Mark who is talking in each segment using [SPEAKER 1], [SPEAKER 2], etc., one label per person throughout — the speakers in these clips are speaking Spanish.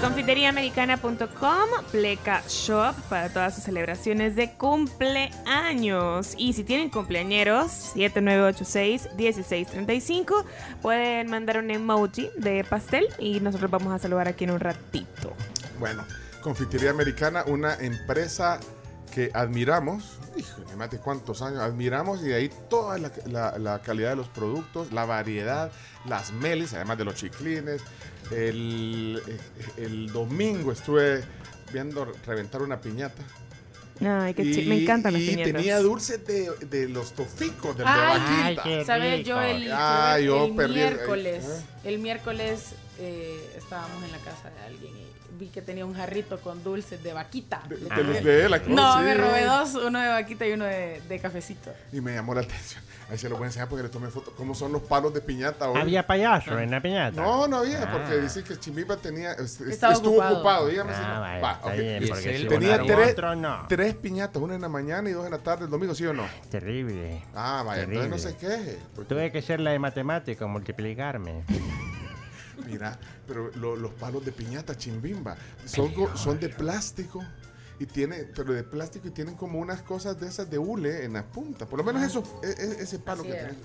[SPEAKER 1] Confiteriaamericana.com, Pleca Shop para todas sus celebraciones de cumpleaños. Y si tienen cumpleañeros, 7986-1635, pueden mandar un emoji de pastel y nosotros vamos a saludar aquí en un ratito.
[SPEAKER 2] Bueno, Confitería Americana, una empresa que admiramos, híjole, mate cuántos años, admiramos y de ahí toda la, la- la calidad de los productos, la variedad, las meles, además de los chiclines. El, eh, el domingo estuve viendo reventar una piñata.
[SPEAKER 1] Ay, qué chi- me encantan las
[SPEAKER 2] y
[SPEAKER 1] piñatas.
[SPEAKER 2] tenía dulces de, de los toficos, del
[SPEAKER 3] Ay,
[SPEAKER 2] de vaquita.
[SPEAKER 3] Ay, ¿Sabes? Yo el,
[SPEAKER 2] Ah,
[SPEAKER 3] el
[SPEAKER 2] yo perdí el-
[SPEAKER 3] miércoles,
[SPEAKER 2] ¿eh?
[SPEAKER 3] el miércoles eh, estábamos en la casa de alguien y vi que tenía un jarrito con dulces de vaquita.
[SPEAKER 2] De, de los de la cruz,
[SPEAKER 3] No,
[SPEAKER 2] sí.
[SPEAKER 3] me robé dos, uno de vaquita y uno de, de cafecito.
[SPEAKER 2] Y me llamó la atención. Ahí se lo voy a enseñar porque le tomé foto. ¿Cómo son los palos de piñata hoy?
[SPEAKER 4] Había payaso en la piñata.
[SPEAKER 2] No, no había,
[SPEAKER 4] Ah.
[SPEAKER 2] porque dice que Chimbipa tenía. est- est-
[SPEAKER 3] Estaba
[SPEAKER 2] estuvo ocupado,
[SPEAKER 3] ocupado.
[SPEAKER 2] dígame si no.
[SPEAKER 4] Ah, vale,
[SPEAKER 2] Va,
[SPEAKER 4] está
[SPEAKER 2] ok.
[SPEAKER 4] bien,
[SPEAKER 5] Y
[SPEAKER 4] porque
[SPEAKER 5] él
[SPEAKER 4] si
[SPEAKER 2] tenía
[SPEAKER 4] uno
[SPEAKER 2] tres-
[SPEAKER 4] otro, no.
[SPEAKER 2] Tres piñatas, una en la mañana y dos en la tarde, el domingo, ¿sí o no?
[SPEAKER 4] Terrible.
[SPEAKER 2] Ah, vaya, entonces no se
[SPEAKER 4] Terrible.
[SPEAKER 2] queje. porque-
[SPEAKER 4] Tuve que ser la de matemática, multiplicarme.
[SPEAKER 2] Mira, pero lo- los palos de piñata, chimbimba, son, co- son de plástico. Y tiene, pero de plástico y tienen como unas cosas de esas de hule en las puntas. Por lo menos eso, e- e- ese palo
[SPEAKER 3] Así
[SPEAKER 2] que
[SPEAKER 3] era.
[SPEAKER 2] tiene.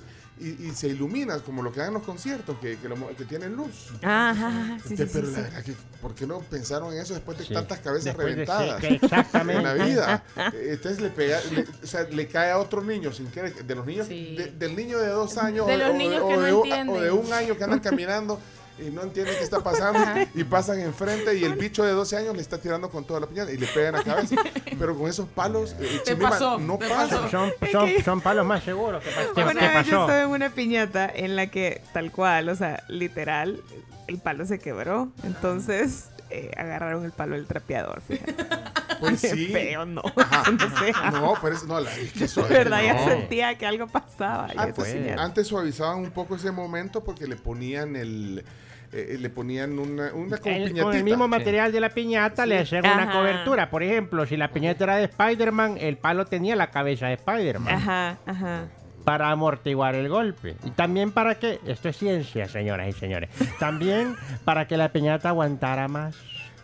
[SPEAKER 2] Y, y se ilumina como lo que dan en los conciertos, que, que, lo mo- que tienen luz.
[SPEAKER 1] Ajá, sí, sí,
[SPEAKER 2] Entonces, pero
[SPEAKER 1] sí,
[SPEAKER 2] la
[SPEAKER 1] sí.
[SPEAKER 2] verdad que, ¿por qué no pensaron en eso después de
[SPEAKER 4] Sí.
[SPEAKER 2] tantas cabezas
[SPEAKER 4] Después de-
[SPEAKER 2] reventadas?
[SPEAKER 4] sí, que exactamente.
[SPEAKER 2] En la vida. Eh, Entonces le pega, le- o sea, le cae a otro niño sin querer, de los niños,
[SPEAKER 3] Sí.
[SPEAKER 2] de- del niño de dos años
[SPEAKER 3] De
[SPEAKER 2] o-
[SPEAKER 3] los
[SPEAKER 2] o,
[SPEAKER 3] niños
[SPEAKER 2] o
[SPEAKER 3] que no
[SPEAKER 2] de, un- o
[SPEAKER 3] entienden.
[SPEAKER 2] de un año que andan caminando y no entienden qué está pasando y pasan enfrente y el bicho de 12 años le está tirando con toda la piñata y le pega en la cabeza. Pero con esos palos, eh,
[SPEAKER 3] Te
[SPEAKER 2] Chimima,
[SPEAKER 3] pasó,
[SPEAKER 2] no
[SPEAKER 3] te
[SPEAKER 2] pasa.
[SPEAKER 3] pasó.
[SPEAKER 4] Son, son, son palos más seguros que, pa- que-
[SPEAKER 1] Una
[SPEAKER 4] que
[SPEAKER 1] vez yo
[SPEAKER 4] pasó.
[SPEAKER 1] estaba en una piñata en la que, tal cual, o sea, literal, el palo se quebró. Entonces eh, agarraron el palo del trapeador. fíjate.
[SPEAKER 2] Pues
[SPEAKER 1] Qué
[SPEAKER 2] sí.
[SPEAKER 1] feo, no.
[SPEAKER 2] Ajá.
[SPEAKER 1] No sé.
[SPEAKER 2] No, pero es, no, la, es que eso es-
[SPEAKER 1] verdad, ya
[SPEAKER 4] No.
[SPEAKER 1] sentía que algo pasaba. y
[SPEAKER 2] Ah,
[SPEAKER 1] eso
[SPEAKER 2] pues,
[SPEAKER 1] sí,
[SPEAKER 4] puede.
[SPEAKER 1] ya-
[SPEAKER 2] Antes suavizaban un poco ese momento porque le ponían el eh, le ponían una, una como
[SPEAKER 4] El- con
[SPEAKER 2] piñatita.
[SPEAKER 4] el mismo material de la piñata le hacían una
[SPEAKER 1] Ajá.
[SPEAKER 4] cobertura. Por ejemplo, si la piñata era de Spider-Man, el palo tenía la cabeza de Spider-Man
[SPEAKER 1] Ajá, ajá.
[SPEAKER 4] Ah. para amortiguar el golpe. Y también para que, esto es ciencia, señoras y señores, también para que la piñata aguantara más.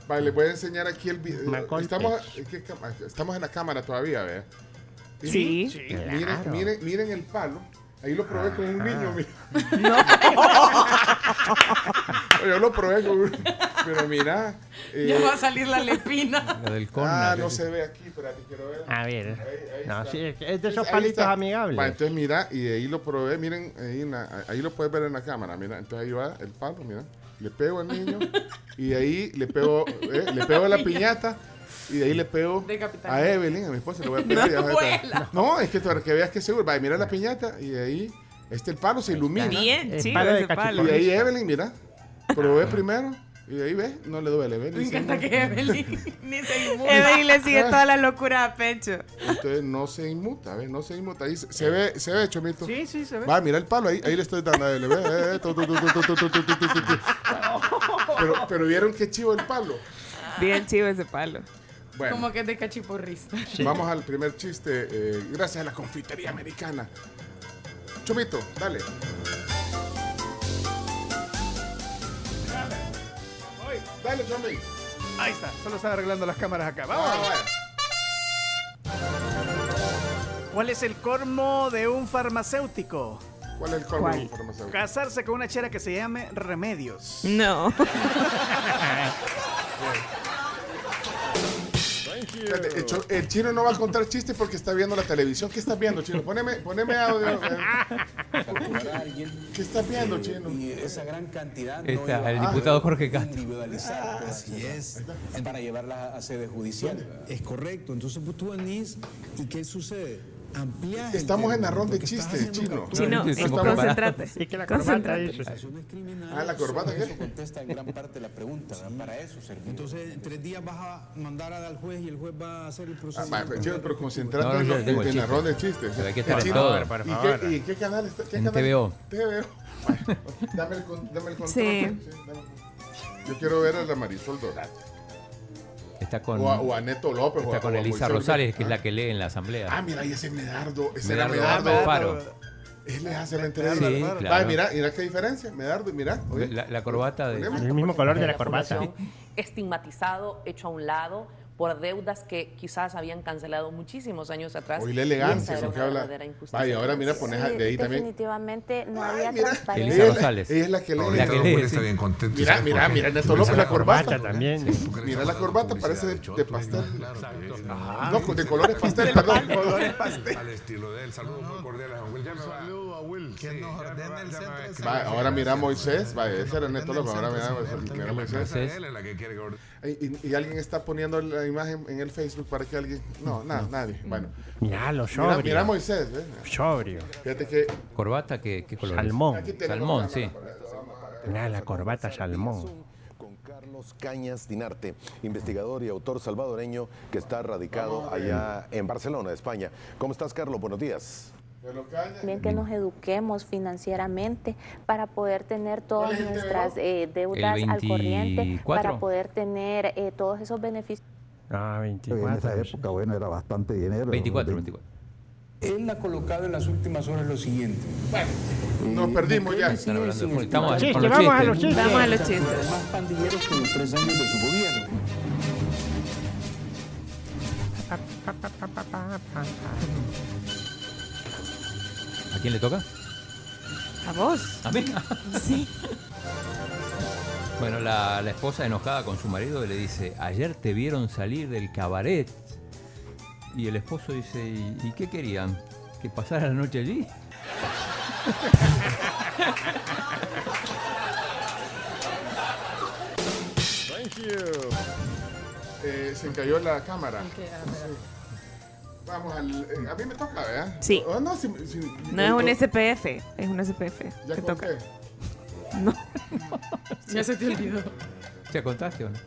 [SPEAKER 2] Vale, les voy a enseñar aquí el video.
[SPEAKER 4] Me golpes.
[SPEAKER 2] Estamos, ¿qué cama? Estamos en la cámara todavía, ¿ve?
[SPEAKER 1] Sí.
[SPEAKER 2] Miren,
[SPEAKER 4] Claro.
[SPEAKER 2] miren, miren el palo. Ahí lo probé con
[SPEAKER 4] Ah.
[SPEAKER 2] un niño. mira. Yo lo probé con un Pero mira. eh,
[SPEAKER 3] Ya va a salir la lepina.
[SPEAKER 5] Lo del corner.
[SPEAKER 2] ah, no se ve aquí, espérate, quiero ver.
[SPEAKER 4] A ver.
[SPEAKER 2] Ahí- ahí
[SPEAKER 4] Ah, No,
[SPEAKER 2] está.
[SPEAKER 4] sí, es que es de esos
[SPEAKER 2] Ahí
[SPEAKER 4] palitos
[SPEAKER 2] está.
[SPEAKER 4] amigables.
[SPEAKER 2] Va, entonces mira, y ahí lo probé, miren, ahí, en la- ahí lo puedes ver en la cámara, mira, entonces ahí va el palo, mira, le pego al niño y de ahí le pego, eh, le pego a la piñata y de ahí le pego
[SPEAKER 3] De capitán.
[SPEAKER 2] a Evelyn, a mi esposa, le voy a pegar. y ya vas a ver. no, es que para que veas que es seguro, va, mira la piñata y de ahí, este el palo se ilumina
[SPEAKER 1] Bien,
[SPEAKER 4] El
[SPEAKER 1] chido
[SPEAKER 4] palo de
[SPEAKER 1] ese palo.
[SPEAKER 2] y de ahí Evelyn, mira, probé primero y de ahí ve, no le duele, ve, ni
[SPEAKER 3] Me
[SPEAKER 2] se-
[SPEAKER 3] encanta que Evelyn ni se inmunda.
[SPEAKER 1] Evelyn le sigue toda la locura a pecho.
[SPEAKER 2] entonces no se inmuta, ve, no se inmuta, ahí se, se ve, se ve, Chomito.
[SPEAKER 3] Sí, sí, se ve.
[SPEAKER 2] Va, mira el palo, ahí, ahí le estoy dando a él. ve, eh, eh, tu, tu, tu, tu, tu, tu, tu, tu, tu, tu. Pero, pero vieron qué chivo el palo.
[SPEAKER 1] Bien chido ese palo.
[SPEAKER 2] Bueno,
[SPEAKER 3] Como que es de cachiporrista.
[SPEAKER 2] vamos al primer chiste. eh, gracias a la confitería americana. Chomito, dale. Dale, Chomito. Ah,
[SPEAKER 6] Ahí está, solo están arreglando las cámaras acá. Vamos.
[SPEAKER 2] Vamos, vamos.
[SPEAKER 6] ¿Cuál es el colmo de un farmacéutico?
[SPEAKER 2] ¿Cuál es el colmo
[SPEAKER 1] ¿Cuál?
[SPEAKER 2] de información?
[SPEAKER 6] Casarse con una chera que se llame Remedios.
[SPEAKER 1] No.
[SPEAKER 2] Espérate, El, cho- el chino no va a contar chistes porque está viendo la televisión. ¿Qué estás viendo, chino? Poneme, poneme audio. eh. ¿Qué estás viendo, chino?
[SPEAKER 7] esa gran cantidad
[SPEAKER 5] Ahí está, el diputado Jorge Castro.
[SPEAKER 7] individualizar así es para llevarlas a, sede judicial. Es correcto. Entonces pues, tú venís y ¿qué sucede? Amplía el
[SPEAKER 2] Estamos en la
[SPEAKER 7] término,
[SPEAKER 2] ronda de
[SPEAKER 7] porque estás
[SPEAKER 2] chistes,
[SPEAKER 7] haciendo
[SPEAKER 2] chino.
[SPEAKER 1] Chino,
[SPEAKER 5] Sí,
[SPEAKER 1] eh,
[SPEAKER 5] sí,
[SPEAKER 1] concéntrate.
[SPEAKER 4] Y que la corbata
[SPEAKER 1] concéntrate.
[SPEAKER 4] dice.
[SPEAKER 7] Acciones criminales.
[SPEAKER 2] Ah, la corbata,
[SPEAKER 7] sobre
[SPEAKER 2] ¿qué?
[SPEAKER 7] eso contesta en gran parte la pregunta, ¿verdad? Para eso servimos. Entonces, en tres días vas a mandar al juez y el juez va a hacer el
[SPEAKER 2] Ah,
[SPEAKER 7] proceso.
[SPEAKER 2] ma, pero, chino, pero concentrate
[SPEAKER 5] No, no,
[SPEAKER 2] en, lo-
[SPEAKER 5] yo digo
[SPEAKER 2] en la
[SPEAKER 5] chistes.
[SPEAKER 2] ronda de chistes.
[SPEAKER 5] Pero hay que estar en
[SPEAKER 2] Chino,
[SPEAKER 5] todo.
[SPEAKER 4] Por
[SPEAKER 2] ¿y
[SPEAKER 4] favor.
[SPEAKER 2] qué- ¿Y qué canal está? ¿Qué
[SPEAKER 5] En
[SPEAKER 2] canal?
[SPEAKER 5] TVO.
[SPEAKER 2] TVO. Bueno, dame, el, con- dame el control. pues,
[SPEAKER 1] Sí.
[SPEAKER 2] dame el control. Yo quiero ver a la Marisol Dorado.
[SPEAKER 5] Está con,
[SPEAKER 2] O a, o a Neto López. o
[SPEAKER 5] está
[SPEAKER 2] a-
[SPEAKER 5] con
[SPEAKER 2] o a
[SPEAKER 5] Elisa
[SPEAKER 2] Moisés
[SPEAKER 5] Rosales,
[SPEAKER 2] Ortega.
[SPEAKER 5] que es la que lee en la asamblea.
[SPEAKER 2] Ah, mira, y ese Medardo. Ese
[SPEAKER 5] Medardo,
[SPEAKER 2] era
[SPEAKER 5] ah,
[SPEAKER 2] Medardo.
[SPEAKER 5] Alfaro.
[SPEAKER 2] Él le hace la
[SPEAKER 5] Sí,
[SPEAKER 2] entrevista.
[SPEAKER 5] claro.
[SPEAKER 2] Va, mira, mira qué diferencia. Medardo, mira. oye.
[SPEAKER 5] La, la corbata de...
[SPEAKER 2] Ponemos.
[SPEAKER 4] El mismo color de la corbata.
[SPEAKER 8] población estigmatizado, hecho a un lado por deudas que quizás habían cancelado muchísimos años atrás.
[SPEAKER 2] Oye, la
[SPEAKER 8] Y esa
[SPEAKER 2] elegancia,
[SPEAKER 8] era
[SPEAKER 2] lo que
[SPEAKER 8] una
[SPEAKER 2] habla.
[SPEAKER 8] verdadera injusticia.
[SPEAKER 2] Vaya, ahora mira, pones a- de ahí también.
[SPEAKER 9] Definitivamente no
[SPEAKER 2] Ay,
[SPEAKER 9] había
[SPEAKER 2] mira,
[SPEAKER 9] transparencia.
[SPEAKER 2] ella
[SPEAKER 5] Elisa
[SPEAKER 2] es la-
[SPEAKER 5] Rosales.
[SPEAKER 2] ella es la que lee.
[SPEAKER 5] la que lee, sí.
[SPEAKER 7] bien contento.
[SPEAKER 2] Mira,
[SPEAKER 7] ¿sabes
[SPEAKER 2] mira,
[SPEAKER 7] por qué?
[SPEAKER 2] mira, Neto
[SPEAKER 7] Porque
[SPEAKER 2] López,
[SPEAKER 7] esa
[SPEAKER 2] la corbata.
[SPEAKER 4] Corbata también.
[SPEAKER 7] porque
[SPEAKER 2] Mira
[SPEAKER 7] esa
[SPEAKER 2] la corbata,
[SPEAKER 7] publicidad
[SPEAKER 2] parece de-
[SPEAKER 7] Choto,
[SPEAKER 2] de
[SPEAKER 7] y
[SPEAKER 2] pastel. Ah.
[SPEAKER 7] claro, que es-
[SPEAKER 2] No, de colores pastel, perdón.
[SPEAKER 7] Al estilo de él. Saludos muy cordiales a Will. Ya me va-
[SPEAKER 9] Que nos ordene el centro de
[SPEAKER 2] Va,
[SPEAKER 9] salud.
[SPEAKER 2] ahora mira a Moisés. Va, ese era Neto López. Ahora mira, mira a Moisés.
[SPEAKER 5] Entonces,
[SPEAKER 2] Ay, Y, y alguien está poniendo la imagen en el Facebook para que alguien. No, nada, nadie. Bueno,
[SPEAKER 4] Mirá, lo
[SPEAKER 2] mira, mira a
[SPEAKER 4] sobrio.
[SPEAKER 2] Moisés. ¿eh?
[SPEAKER 4] Sobrio.
[SPEAKER 2] Fíjate que
[SPEAKER 5] corbata, ¿qué, qué color es?
[SPEAKER 4] Salmón.
[SPEAKER 2] aquí tenemos.
[SPEAKER 5] Salmón, sí.
[SPEAKER 4] Mirá, la corbata salmón.
[SPEAKER 7] con Carlos Cañas Dinarte, investigador y autor salvadoreño que está radicado allá en Barcelona, España. ¿Cómo estás, Carlos? Buenos días.
[SPEAKER 2] de los cañas,
[SPEAKER 9] También que nos eduquemos financieramente para poder tener todas
[SPEAKER 2] ¿Cuál es el
[SPEAKER 9] nuestras eh, deudas
[SPEAKER 5] El
[SPEAKER 9] al corriente,
[SPEAKER 5] 24.
[SPEAKER 9] para poder tener eh, todos esos beneficios.
[SPEAKER 4] Ah,
[SPEAKER 10] En esa
[SPEAKER 4] 24.
[SPEAKER 10] época, bueno, era bastante dinero.
[SPEAKER 5] 24, 24.
[SPEAKER 7] Él ha colocado en las últimas horas lo siguiente.
[SPEAKER 2] nos perdimos ya.
[SPEAKER 5] Están hablando de fútbol. Estamos
[SPEAKER 4] Chiste,
[SPEAKER 5] con los
[SPEAKER 4] vamos a los
[SPEAKER 5] chistes.
[SPEAKER 4] chistes.
[SPEAKER 1] Vamos a los chistes.
[SPEAKER 7] Más pandilleros que los tres años de su gobierno.
[SPEAKER 5] ¿A quién le toca?
[SPEAKER 1] A vos.
[SPEAKER 5] A mí.
[SPEAKER 1] Sí.
[SPEAKER 5] Bueno, la, la esposa enojada con su marido le dice, ayer te vieron salir del cabaret. Y el esposo dice, ¿y, y qué querían? ¿Que pasara la noche allí?
[SPEAKER 2] Thank you. Eh, se cayó la cámara.
[SPEAKER 3] Que, a ver,
[SPEAKER 2] Vamos al. eh, a mí me toca, ¿verdad?
[SPEAKER 1] Sí.
[SPEAKER 2] Oh, no, si- si-
[SPEAKER 1] No es un SPF, es un SPF.
[SPEAKER 2] Ya
[SPEAKER 1] Te
[SPEAKER 2] toca.
[SPEAKER 1] toca. No.
[SPEAKER 3] Ya se te olvidó.
[SPEAKER 5] ¿Te contaste o no?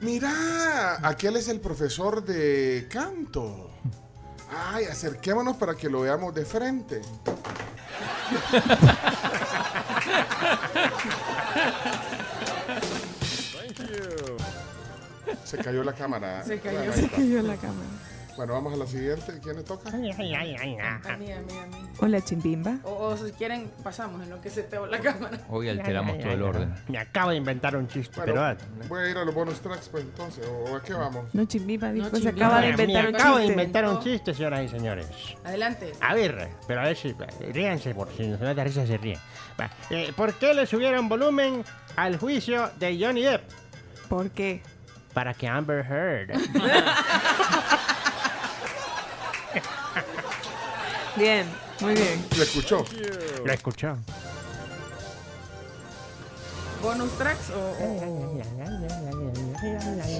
[SPEAKER 2] Mira, aquel es el profesor de canto. Ay, acerquémonos para que lo veamos de frente. Thank you. Se cayó la cámara. ¿eh?
[SPEAKER 3] Se cayó,
[SPEAKER 2] Bueno,
[SPEAKER 3] se
[SPEAKER 2] ahí
[SPEAKER 1] cayó la cámara.
[SPEAKER 2] está. Bueno, vamos a la siguiente. ¿Quién le toca?
[SPEAKER 3] A mí, a mí, a mí.
[SPEAKER 1] Hola, chimbimba.
[SPEAKER 3] O, o si quieren, pasamos en lo que se te la cámara.
[SPEAKER 5] Hoy alteramos todo el orden.
[SPEAKER 4] Me acabo de inventar un chiste,
[SPEAKER 2] Bueno,
[SPEAKER 4] pero ah,
[SPEAKER 2] voy a ir a los bonus tracks, pues entonces. ¿O a qué vamos?
[SPEAKER 1] No, chimbimba, dijo, se
[SPEAKER 3] chimbimba.
[SPEAKER 1] acaba de
[SPEAKER 3] Ay,
[SPEAKER 1] inventar
[SPEAKER 4] me
[SPEAKER 1] un
[SPEAKER 4] acabo de
[SPEAKER 1] chiste.
[SPEAKER 4] inventar un chiste, señoras y señores.
[SPEAKER 3] Adelante.
[SPEAKER 4] A ver, pero a ver si. Ríanse, por si no te risas, se ríen. Va, eh, ¿Por qué le subieron volumen al juicio de Johnny Depp?
[SPEAKER 1] ¿Por qué?
[SPEAKER 4] Para que Amber Heard.
[SPEAKER 1] Bien, muy bien.
[SPEAKER 2] ¿Lo escuchó?
[SPEAKER 4] Lo escuchó.
[SPEAKER 3] ¿Bonus tracks o.? o-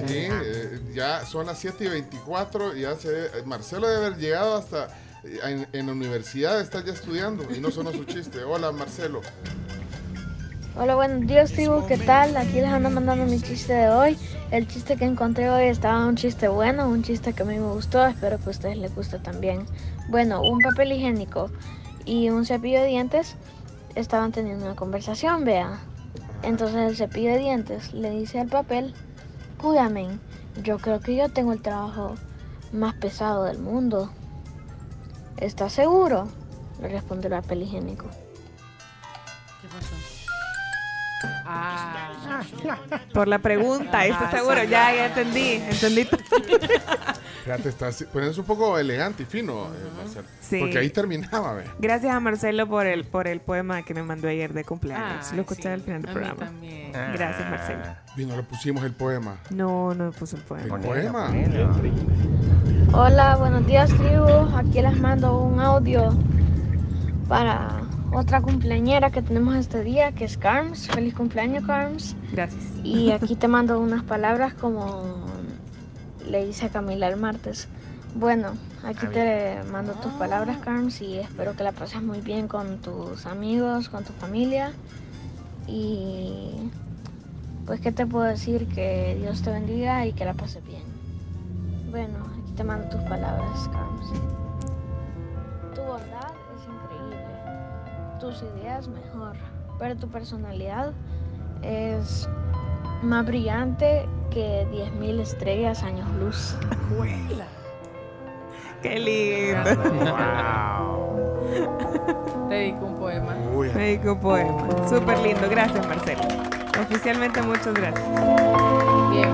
[SPEAKER 2] Sí, eh, ya son las 7 y 24 y ya se, Marcelo debe haber llegado hasta eh, en, en la universidad, está ya estudiando y no sonó su chiste. Hola Marcelo.
[SPEAKER 9] Hola, buenos días, Tibu. ¿Qué tal? Aquí les ando mandando mi chiste de hoy. El chiste que encontré hoy estaba un chiste bueno, un chiste que a mí me gustó. Espero que a ustedes les guste también. Bueno, un papel higiénico y un cepillo de dientes estaban teniendo una conversación, vea. Entonces el cepillo de dientes le dice al papel, cuídame, yo creo que yo tengo el trabajo más pesado del mundo. ¿Estás seguro? Le responde el papel higiénico.
[SPEAKER 3] ¿Qué pasó? Ah,
[SPEAKER 1] Por la pregunta, ¿estás
[SPEAKER 3] Ajá,
[SPEAKER 1] seguro?
[SPEAKER 3] sí.
[SPEAKER 1] Ya, ya entendí, entendí todo.
[SPEAKER 2] Fíjate, estás poniéndose un poco elegante y fino, eh, Marcelo.
[SPEAKER 1] Sí.
[SPEAKER 2] Porque ahí terminaba, ve.
[SPEAKER 1] Gracias a Marcelo por el, por el poema que me mandó ayer de cumpleaños.
[SPEAKER 3] Ay,
[SPEAKER 1] Lo escuché
[SPEAKER 3] Ah, sí.
[SPEAKER 1] al final del
[SPEAKER 3] A mí
[SPEAKER 1] programa.
[SPEAKER 3] también.
[SPEAKER 1] Gracias, Marcelo.
[SPEAKER 2] Y no le pusimos el poema.
[SPEAKER 1] No, no me puso el
[SPEAKER 2] El
[SPEAKER 1] poema.
[SPEAKER 2] poema.
[SPEAKER 9] Hola, buenos días tribu. Aquí les mando un audio para otra cumpleañera que tenemos este día, que es Carms. Feliz cumpleaños, Carms.
[SPEAKER 1] Gracias.
[SPEAKER 9] Y aquí te mando unas palabras como le hice a Camila el martes.
[SPEAKER 11] Bueno, aquí
[SPEAKER 12] Ah,
[SPEAKER 11] te mando tus palabras, Carms, y espero que la pases muy bien con tus amigos, con tu familia. Y pues, ¿qué te puedo decir? Que Dios te bendiga y que la pases bien. Bueno, aquí te mando tus palabras, Carms. Tu bondad es increíble, tus ideas mejor, pero tu personalidad es más brillante que 10.000 estrellas años luz.
[SPEAKER 1] Qué lindo.
[SPEAKER 13] Te dedico un poema.
[SPEAKER 1] Me dedico un poema. Súper lindo. Gracias, Marcelo. Oficialmente, muchas gracias.
[SPEAKER 13] Bien,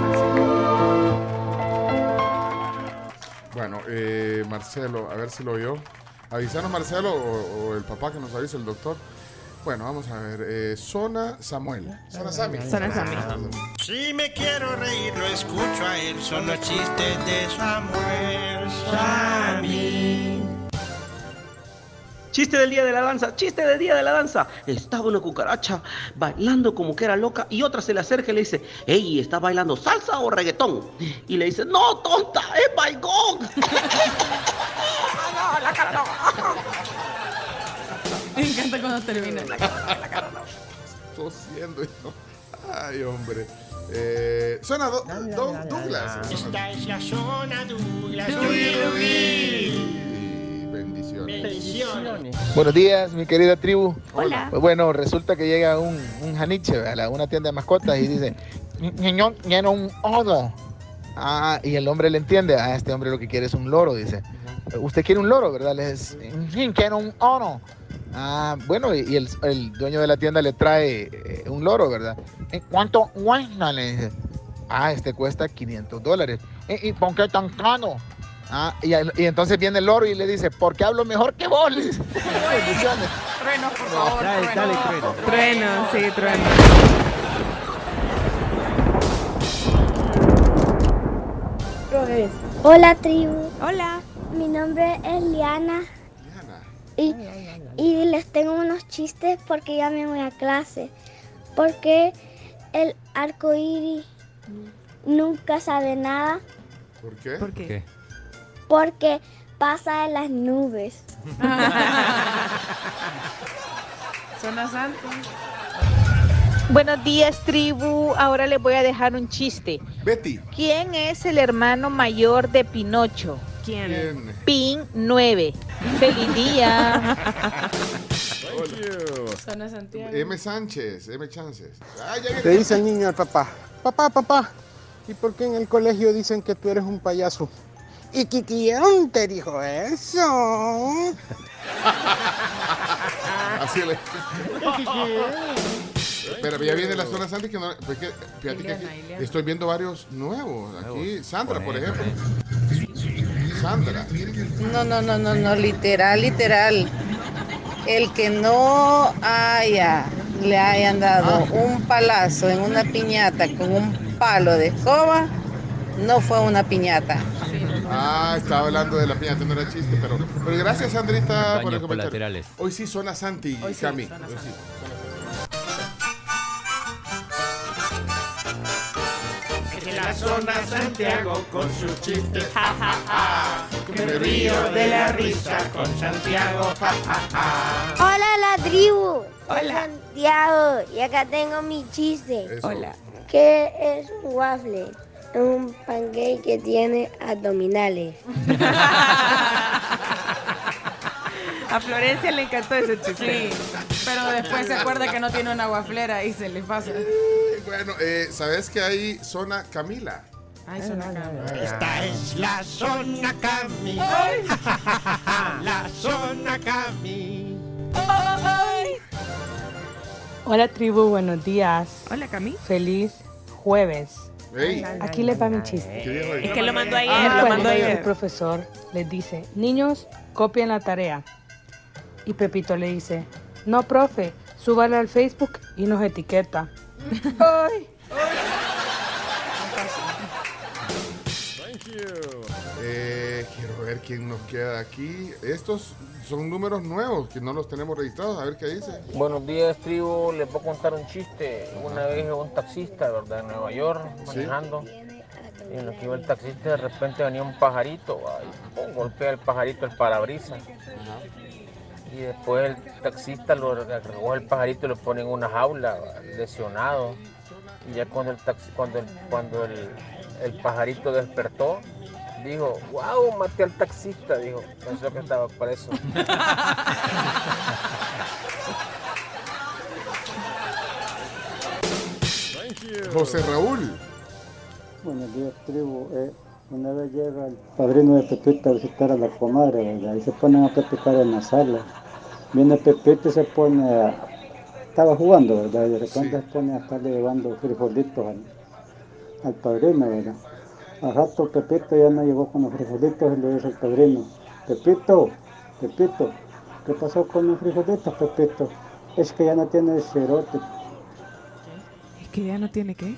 [SPEAKER 2] Bueno, eh, Marcelo, a ver si lo oyó. Avisanos Marcelo o, o el papá que nos avisa, el doctor. Bueno, vamos a ver. eh, Zona Samuel. Zona Sammy.
[SPEAKER 1] Zona Sammy.
[SPEAKER 4] Si me quiero reír, lo escucho a él. Son los chistes de Samuel. Sammy.
[SPEAKER 14] Chiste del día de la danza, chiste del día de la danza. Estaba una cucaracha bailando como que era loca y otra se le acerca y le dice, hey, ¿estás bailando salsa o reggaetón? Y le dice, no, tonta, es baigón.
[SPEAKER 13] Me encanta cuando termina.
[SPEAKER 2] Tosiendo. hijo. Ay, hombre. Eh, zona Do- Do- Douglas.
[SPEAKER 4] Esta es la zona Douglas.
[SPEAKER 2] Y bendiciones.
[SPEAKER 4] Bendiciones.
[SPEAKER 7] Buenos días, mi querida tribu.
[SPEAKER 4] Hola.
[SPEAKER 7] Pues bueno, resulta que llega un, un janiche ¿verdad? a la- una tienda de mascotas y dice, niño, quiero un odo. Ah, y el hombre le entiende, ah, este hombre lo que quiere es un loro, dice. Usted quiere un loro, ¿verdad? Le dice, sí, quiero un odo. Ah, bueno, y, y el, el dueño de la tienda le trae eh, un loro, ¿verdad? "¿Eh, ¿Cuánto cuesta? Le dice. Ah, este cuesta 500 dólares. "Eh, "¿Y- ¿Y por qué tan caro? Ah, y, al- y entonces viene el loro y le dice, porque hablo mejor que vos. le dice. Bendiciones.
[SPEAKER 13] Trueno, por favor. trueno.
[SPEAKER 1] Trueno, sí, trueno.
[SPEAKER 15] Hola tribu.
[SPEAKER 1] Hola.
[SPEAKER 15] Mi nombre es Liana. Y, y les tengo unos chistes porque ya me voy a clase. Porque el arco iris nunca sabe nada
[SPEAKER 2] ¿Por qué?
[SPEAKER 1] ¿Por qué?
[SPEAKER 15] porque pasa de las nubes.
[SPEAKER 13] Zona Santo.
[SPEAKER 16] Buenos días, tribu. Ahora les voy a dejar un chiste.
[SPEAKER 2] Betty.
[SPEAKER 16] ¿Quién es el hermano mayor de Pinocho?
[SPEAKER 1] ¿Quién?
[SPEAKER 16] Pin 9. Feliz día.
[SPEAKER 13] Zona Santiago.
[SPEAKER 2] M. Sánchez, M. Chances. Ah, ya
[SPEAKER 17] Le
[SPEAKER 2] viene.
[SPEAKER 17] dice el niño al papá, papá, papá, ¿y por qué en el colegio dicen que tú eres un payaso? ¿Y que quién te dijo eso?
[SPEAKER 2] Así le. Pero ya viene la zona Santi que no. pues que, fíjate que aquí
[SPEAKER 13] Ileana.
[SPEAKER 2] estoy viendo varios nuevos. Aquí, Sandra, por
[SPEAKER 5] Bueno,
[SPEAKER 2] ejemplo. Sandra.
[SPEAKER 3] No, no, no, no, no, literal, literal. El que no haya, le hayan dado un palazo en una piñata con un palo de escoba, no fue una piñata.
[SPEAKER 2] Ah, estaba hablando de la piñata, no era chiste, pero. Pero gracias, Sandrita, por el
[SPEAKER 5] Daños
[SPEAKER 2] comentario.
[SPEAKER 5] colaterales.
[SPEAKER 2] Hoy sí zona Santi y Cami. Hoy sí.
[SPEAKER 4] Es la zona Santiago con sus chistes. Ja, ja, ja. Que
[SPEAKER 2] Ah, Me río de la
[SPEAKER 4] risa con Santiago. Ja, ja, ja.
[SPEAKER 15] Hola la tribu.
[SPEAKER 4] Hola.
[SPEAKER 15] Santiago. Y acá tengo mi chiste.
[SPEAKER 4] Eso. Hola.
[SPEAKER 15] ¿Qué es un waffle? Es un pancake que tiene abdominales.
[SPEAKER 1] A Florencia le encantó ese chiste.
[SPEAKER 13] Sí, pero después se acuerda que no tiene una guaflera y se le pasa.
[SPEAKER 2] Bueno, eh, ¿sabes que hay zona Camila?
[SPEAKER 13] Ay, zona Camila.
[SPEAKER 4] Esta es la zona Cami. Ja, ja, ja, ja. La zona Cami.
[SPEAKER 18] Hola tribu, buenos días.
[SPEAKER 1] Hola Cami.
[SPEAKER 18] Feliz jueves.
[SPEAKER 2] Ey.
[SPEAKER 18] Aquí les va mi chiste.
[SPEAKER 2] ¿Qué dijo ahí?
[SPEAKER 1] Es que lo mandó ayer,
[SPEAKER 18] Ah,
[SPEAKER 1] lo
[SPEAKER 18] bueno,
[SPEAKER 1] mandó ayer.
[SPEAKER 18] El profesor les dice, niños, copien la tarea. Y Pepito le dice, no, profe, súbala al Facebook y nos etiqueta. Ay.
[SPEAKER 2] Eh, quiero ver quién nos queda aquí. Estos son números nuevos que no los tenemos registrados. A ver qué dice.
[SPEAKER 19] Buenos días, tribu. Les voy a contar un chiste. Una vez un taxista, ¿verdad? En Nueva York, manejando.
[SPEAKER 20] Y en lo que iba el taxista, de repente venía un pajarito, va, y pum, golpea el pajarito el parabrisas. Y después el taxista lo recoge el pajarito y lo pone en una jaula, va, lesionado. Y ya cuando el taxi, cuando el, cuando el, el pajarito despertó, dijo, wow, maté al taxista, dijo, pensó que estaba preso.
[SPEAKER 2] José Raúl.
[SPEAKER 21] Buenos días, tribu. Eh, una vez llega el padrino de Pepita a visitar a la comadre, ¿verdad? Y se ponen a platicar en la sala. Viene Pepita y se pone a... Estaba jugando, ¿verdad? Y de repente se pone a estarle llevando frijolitos al, al padrino, ¿verdad? Al rato Pepito ya no llegó con los frijolitos y le dice al padrino, Pepito, Pepito, ¿qué pasó con los frijolitos, Pepito? Es que ya no tiene cerote,
[SPEAKER 1] Es que ya no tiene qué.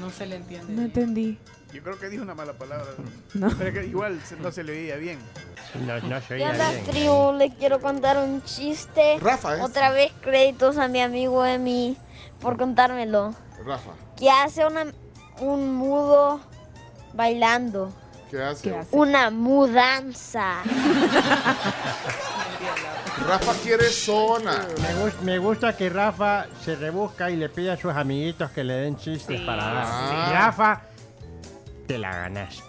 [SPEAKER 3] No se le entiende.
[SPEAKER 1] No entendí.
[SPEAKER 6] Yo creo que dijo una mala palabra.
[SPEAKER 1] No.
[SPEAKER 6] Pero que igual se- no se le oía bien.
[SPEAKER 4] No, no se
[SPEAKER 22] ¿Qué
[SPEAKER 4] oía
[SPEAKER 22] onda,
[SPEAKER 4] bien.
[SPEAKER 22] tribu? Le quiero contar un chiste.
[SPEAKER 2] Rafa, ¿eh?
[SPEAKER 22] Otra vez créditos a mi amigo Emi por contármelo.
[SPEAKER 2] Rafa,
[SPEAKER 22] ¿Qué hace una, un mudo bailando?
[SPEAKER 2] ¿qué hace?
[SPEAKER 22] Una mudanza.
[SPEAKER 2] Rafa quiere zona.
[SPEAKER 4] Me, gus- me gusta que Rafa se rebusca y le pide a sus amiguitos que le den chistes para dar.
[SPEAKER 2] sí. Ah.
[SPEAKER 4] Rafa, te la ganaste.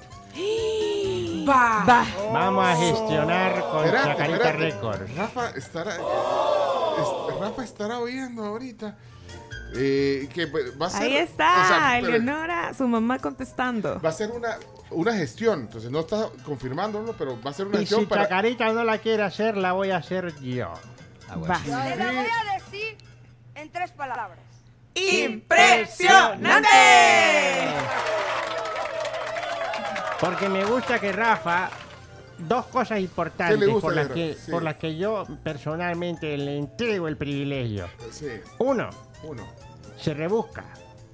[SPEAKER 1] Va.
[SPEAKER 4] Vamos a gestionar con
[SPEAKER 2] Espérate,
[SPEAKER 4] Chacarita
[SPEAKER 2] espérate.
[SPEAKER 4] Records.
[SPEAKER 2] Rafa estará. es- Rafa estará oyendo ahorita. Eh, que va a ser,
[SPEAKER 1] Ahí
[SPEAKER 2] o sea,
[SPEAKER 1] está,
[SPEAKER 2] pero
[SPEAKER 1] Eleonora, su mamá contestando.
[SPEAKER 2] Va a ser una, una gestión. Entonces no está confirmándolo, pero va a ser una
[SPEAKER 4] Y si
[SPEAKER 2] gestión para.
[SPEAKER 4] Chacarita no la quiere hacer, la voy a hacer yo.
[SPEAKER 23] Te la voy a decir en tres palabras.
[SPEAKER 4] Porque me gusta que Rafa, dos cosas importantes
[SPEAKER 2] ¿Qué le gusta
[SPEAKER 4] por,
[SPEAKER 2] de
[SPEAKER 4] las
[SPEAKER 2] Rafa?
[SPEAKER 4] que,
[SPEAKER 2] Sí.
[SPEAKER 4] por las que yo personalmente le entrego el privilegio.
[SPEAKER 2] Sí,
[SPEAKER 4] Uno,
[SPEAKER 2] uno.
[SPEAKER 4] se rebusca,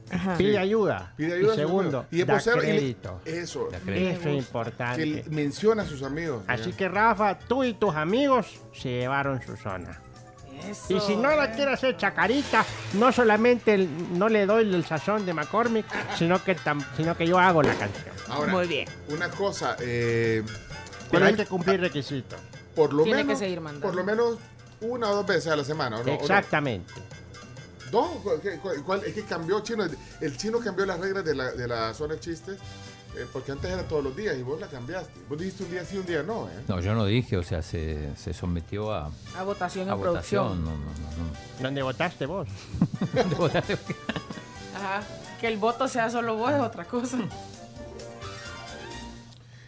[SPEAKER 2] Ajá.
[SPEAKER 4] pide
[SPEAKER 2] Sí.
[SPEAKER 4] ayuda.
[SPEAKER 2] Pide ayuda.
[SPEAKER 4] Y segundo,
[SPEAKER 2] y después
[SPEAKER 4] da
[SPEAKER 2] cero, y le-
[SPEAKER 4] crédito.
[SPEAKER 2] eso.
[SPEAKER 4] crédito. Eso es importante.
[SPEAKER 2] Que le- menciona a sus amigos.
[SPEAKER 4] Así
[SPEAKER 2] ¿verdad?
[SPEAKER 4] que Rafa, tú y tus amigos se llevaron su zona. y si no la quiere hacer chacarita, no solamente el- no le doy el sazón de McCormick, sino que, tam- sino que yo hago la canción.
[SPEAKER 2] Ahora,
[SPEAKER 4] Muy
[SPEAKER 2] bien. Una cosa, eh,
[SPEAKER 4] Pero
[SPEAKER 2] hay
[SPEAKER 4] hay que cumplir requisitos.
[SPEAKER 2] por lo
[SPEAKER 4] Tiene que
[SPEAKER 2] menos,
[SPEAKER 4] seguir
[SPEAKER 3] mandando.
[SPEAKER 2] por lo menos una o dos veces a la semana, ¿o no? ¿O no?
[SPEAKER 4] Exactamente.
[SPEAKER 2] ¿Dos? ¿Cu- qué- cu- cuál- Es que cambió chino. El chino cambió las reglas de la, de la zona de chistes, eh, porque antes era todos los días y vos la cambiaste. Vos dijiste un día sí, un día no, ¿eh?
[SPEAKER 5] No, yo no dije, o sea, se, se sometió a,
[SPEAKER 3] A votación
[SPEAKER 5] a
[SPEAKER 3] en producción.
[SPEAKER 5] votación. No, no, no, no.
[SPEAKER 4] ¿Dónde votaste vos?
[SPEAKER 5] ¿Dónde votaste?
[SPEAKER 3] Ajá. Que el voto sea solo vos es otra cosa.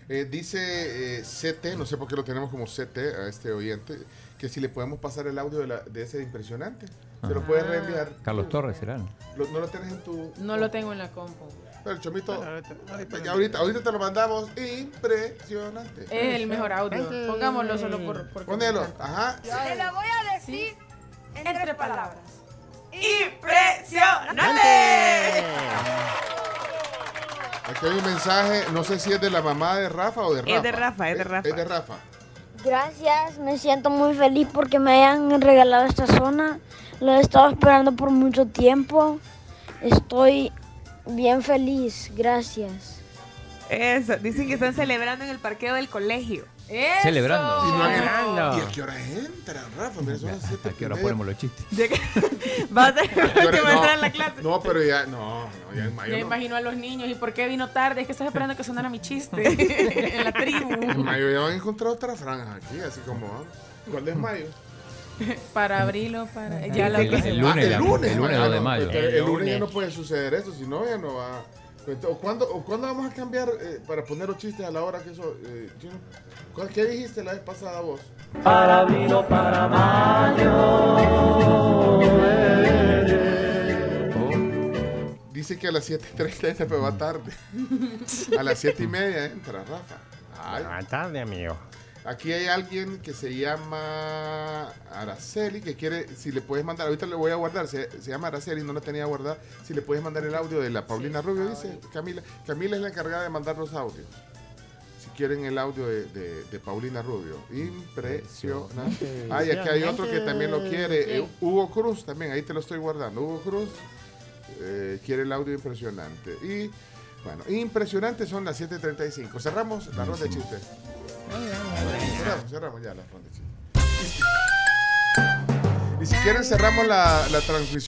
[SPEAKER 2] Eh, dice eh, CT, no sé por qué lo tenemos como CT a este oyente, que si le podemos pasar el audio de, la- de ese impresionante. Se lo
[SPEAKER 3] Ah.
[SPEAKER 2] puedes reenviar.
[SPEAKER 5] Carlos Torres será. ¿no?
[SPEAKER 2] Lo- no lo tenés en tu.
[SPEAKER 3] No lo tengo en la compu.
[SPEAKER 2] Pero Chomito, ahorita, ahorita, te lo mandamos. Impresionante.
[SPEAKER 3] Es el mejor audio. Pongámoslo solo por. por
[SPEAKER 2] Ponelo. Ajá.
[SPEAKER 23] Te la voy a decir en tres palabras.
[SPEAKER 2] Aquí hay un mensaje, no sé si es de la mamá de Rafa o de Rafa.
[SPEAKER 1] Es de Rafa, es de Rafa.
[SPEAKER 2] Es de Rafa.
[SPEAKER 22] Gracias, me siento muy feliz porque me hayan regalado esta zona. Lo he estado esperando por mucho tiempo. Estoy bien feliz, gracias.
[SPEAKER 1] Eso, dicen que están celebrando en el parqueo del colegio.
[SPEAKER 5] Celebrando.
[SPEAKER 2] Y, no han-
[SPEAKER 5] Celebrando.
[SPEAKER 2] ¿Y a qué hora entra, Rafa? Mira, son las siete
[SPEAKER 5] Ah. ¿A qué hora
[SPEAKER 2] y media.
[SPEAKER 5] ponemos los chistes?
[SPEAKER 1] Va a ser
[SPEAKER 2] ¿A qué hora-
[SPEAKER 1] que va a
[SPEAKER 2] no,
[SPEAKER 1] entrar en la clase.
[SPEAKER 2] No, pero ya, no, no, ya en
[SPEAKER 3] Yo
[SPEAKER 2] mayo. no.
[SPEAKER 3] imagino a los niños. ¿Y por qué vino tarde? Es que estás esperando que sonara mi chiste. en la
[SPEAKER 2] En
[SPEAKER 3] tribu.
[SPEAKER 2] mayo ya van a encontrar otra franja aquí, así como. ¿ah? ¿Cuál es mayo?
[SPEAKER 3] Para abrirlo, para.
[SPEAKER 5] El-
[SPEAKER 3] Ya la
[SPEAKER 5] el- el lunes, la- el lunes
[SPEAKER 2] ah,
[SPEAKER 5] 2 de
[SPEAKER 2] no,
[SPEAKER 5] mayo.
[SPEAKER 2] pero El,
[SPEAKER 5] El
[SPEAKER 2] lunes ya
[SPEAKER 5] lunes.
[SPEAKER 2] no puede suceder eso, si no, ya no va. Entonces, ¿O cuándo, o cuándo vamos a cambiar eh, para poner los chistes a la hora que eso. eh, Chino? ¿Cuál- ¿Qué dijiste la vez pasada vos?
[SPEAKER 24] Para abrir o para mayo.
[SPEAKER 2] Dice que a las 7.30 entra, pero va tarde. a las 7 y media entra, Rafa. Ay.
[SPEAKER 4] Buenas tardes, amigo.
[SPEAKER 2] Aquí hay alguien que se llama Araceli, que quiere, si le puedes mandar, ahorita le voy a guardar, se, se llama Araceli, no la tenía guardada, si le puedes mandar el audio de la Paulina Rubio, dice Camila. Camila es la encargada de mandar los audios. Si quieren el audio de, de- de Paulina Rubio. Impresionante. Ay, aquí hay otro que también lo quiere. eh, Hugo Cruz también, ahí te lo estoy guardando. Hugo Cruz eh, quiere el audio impresionante. Y Bueno, impresionante, son las 7.35. Cerramos la ronda de chistes. Cerramos, cerramos ya la ronda de chistes. Y si quieren cerramos la, la transmisión.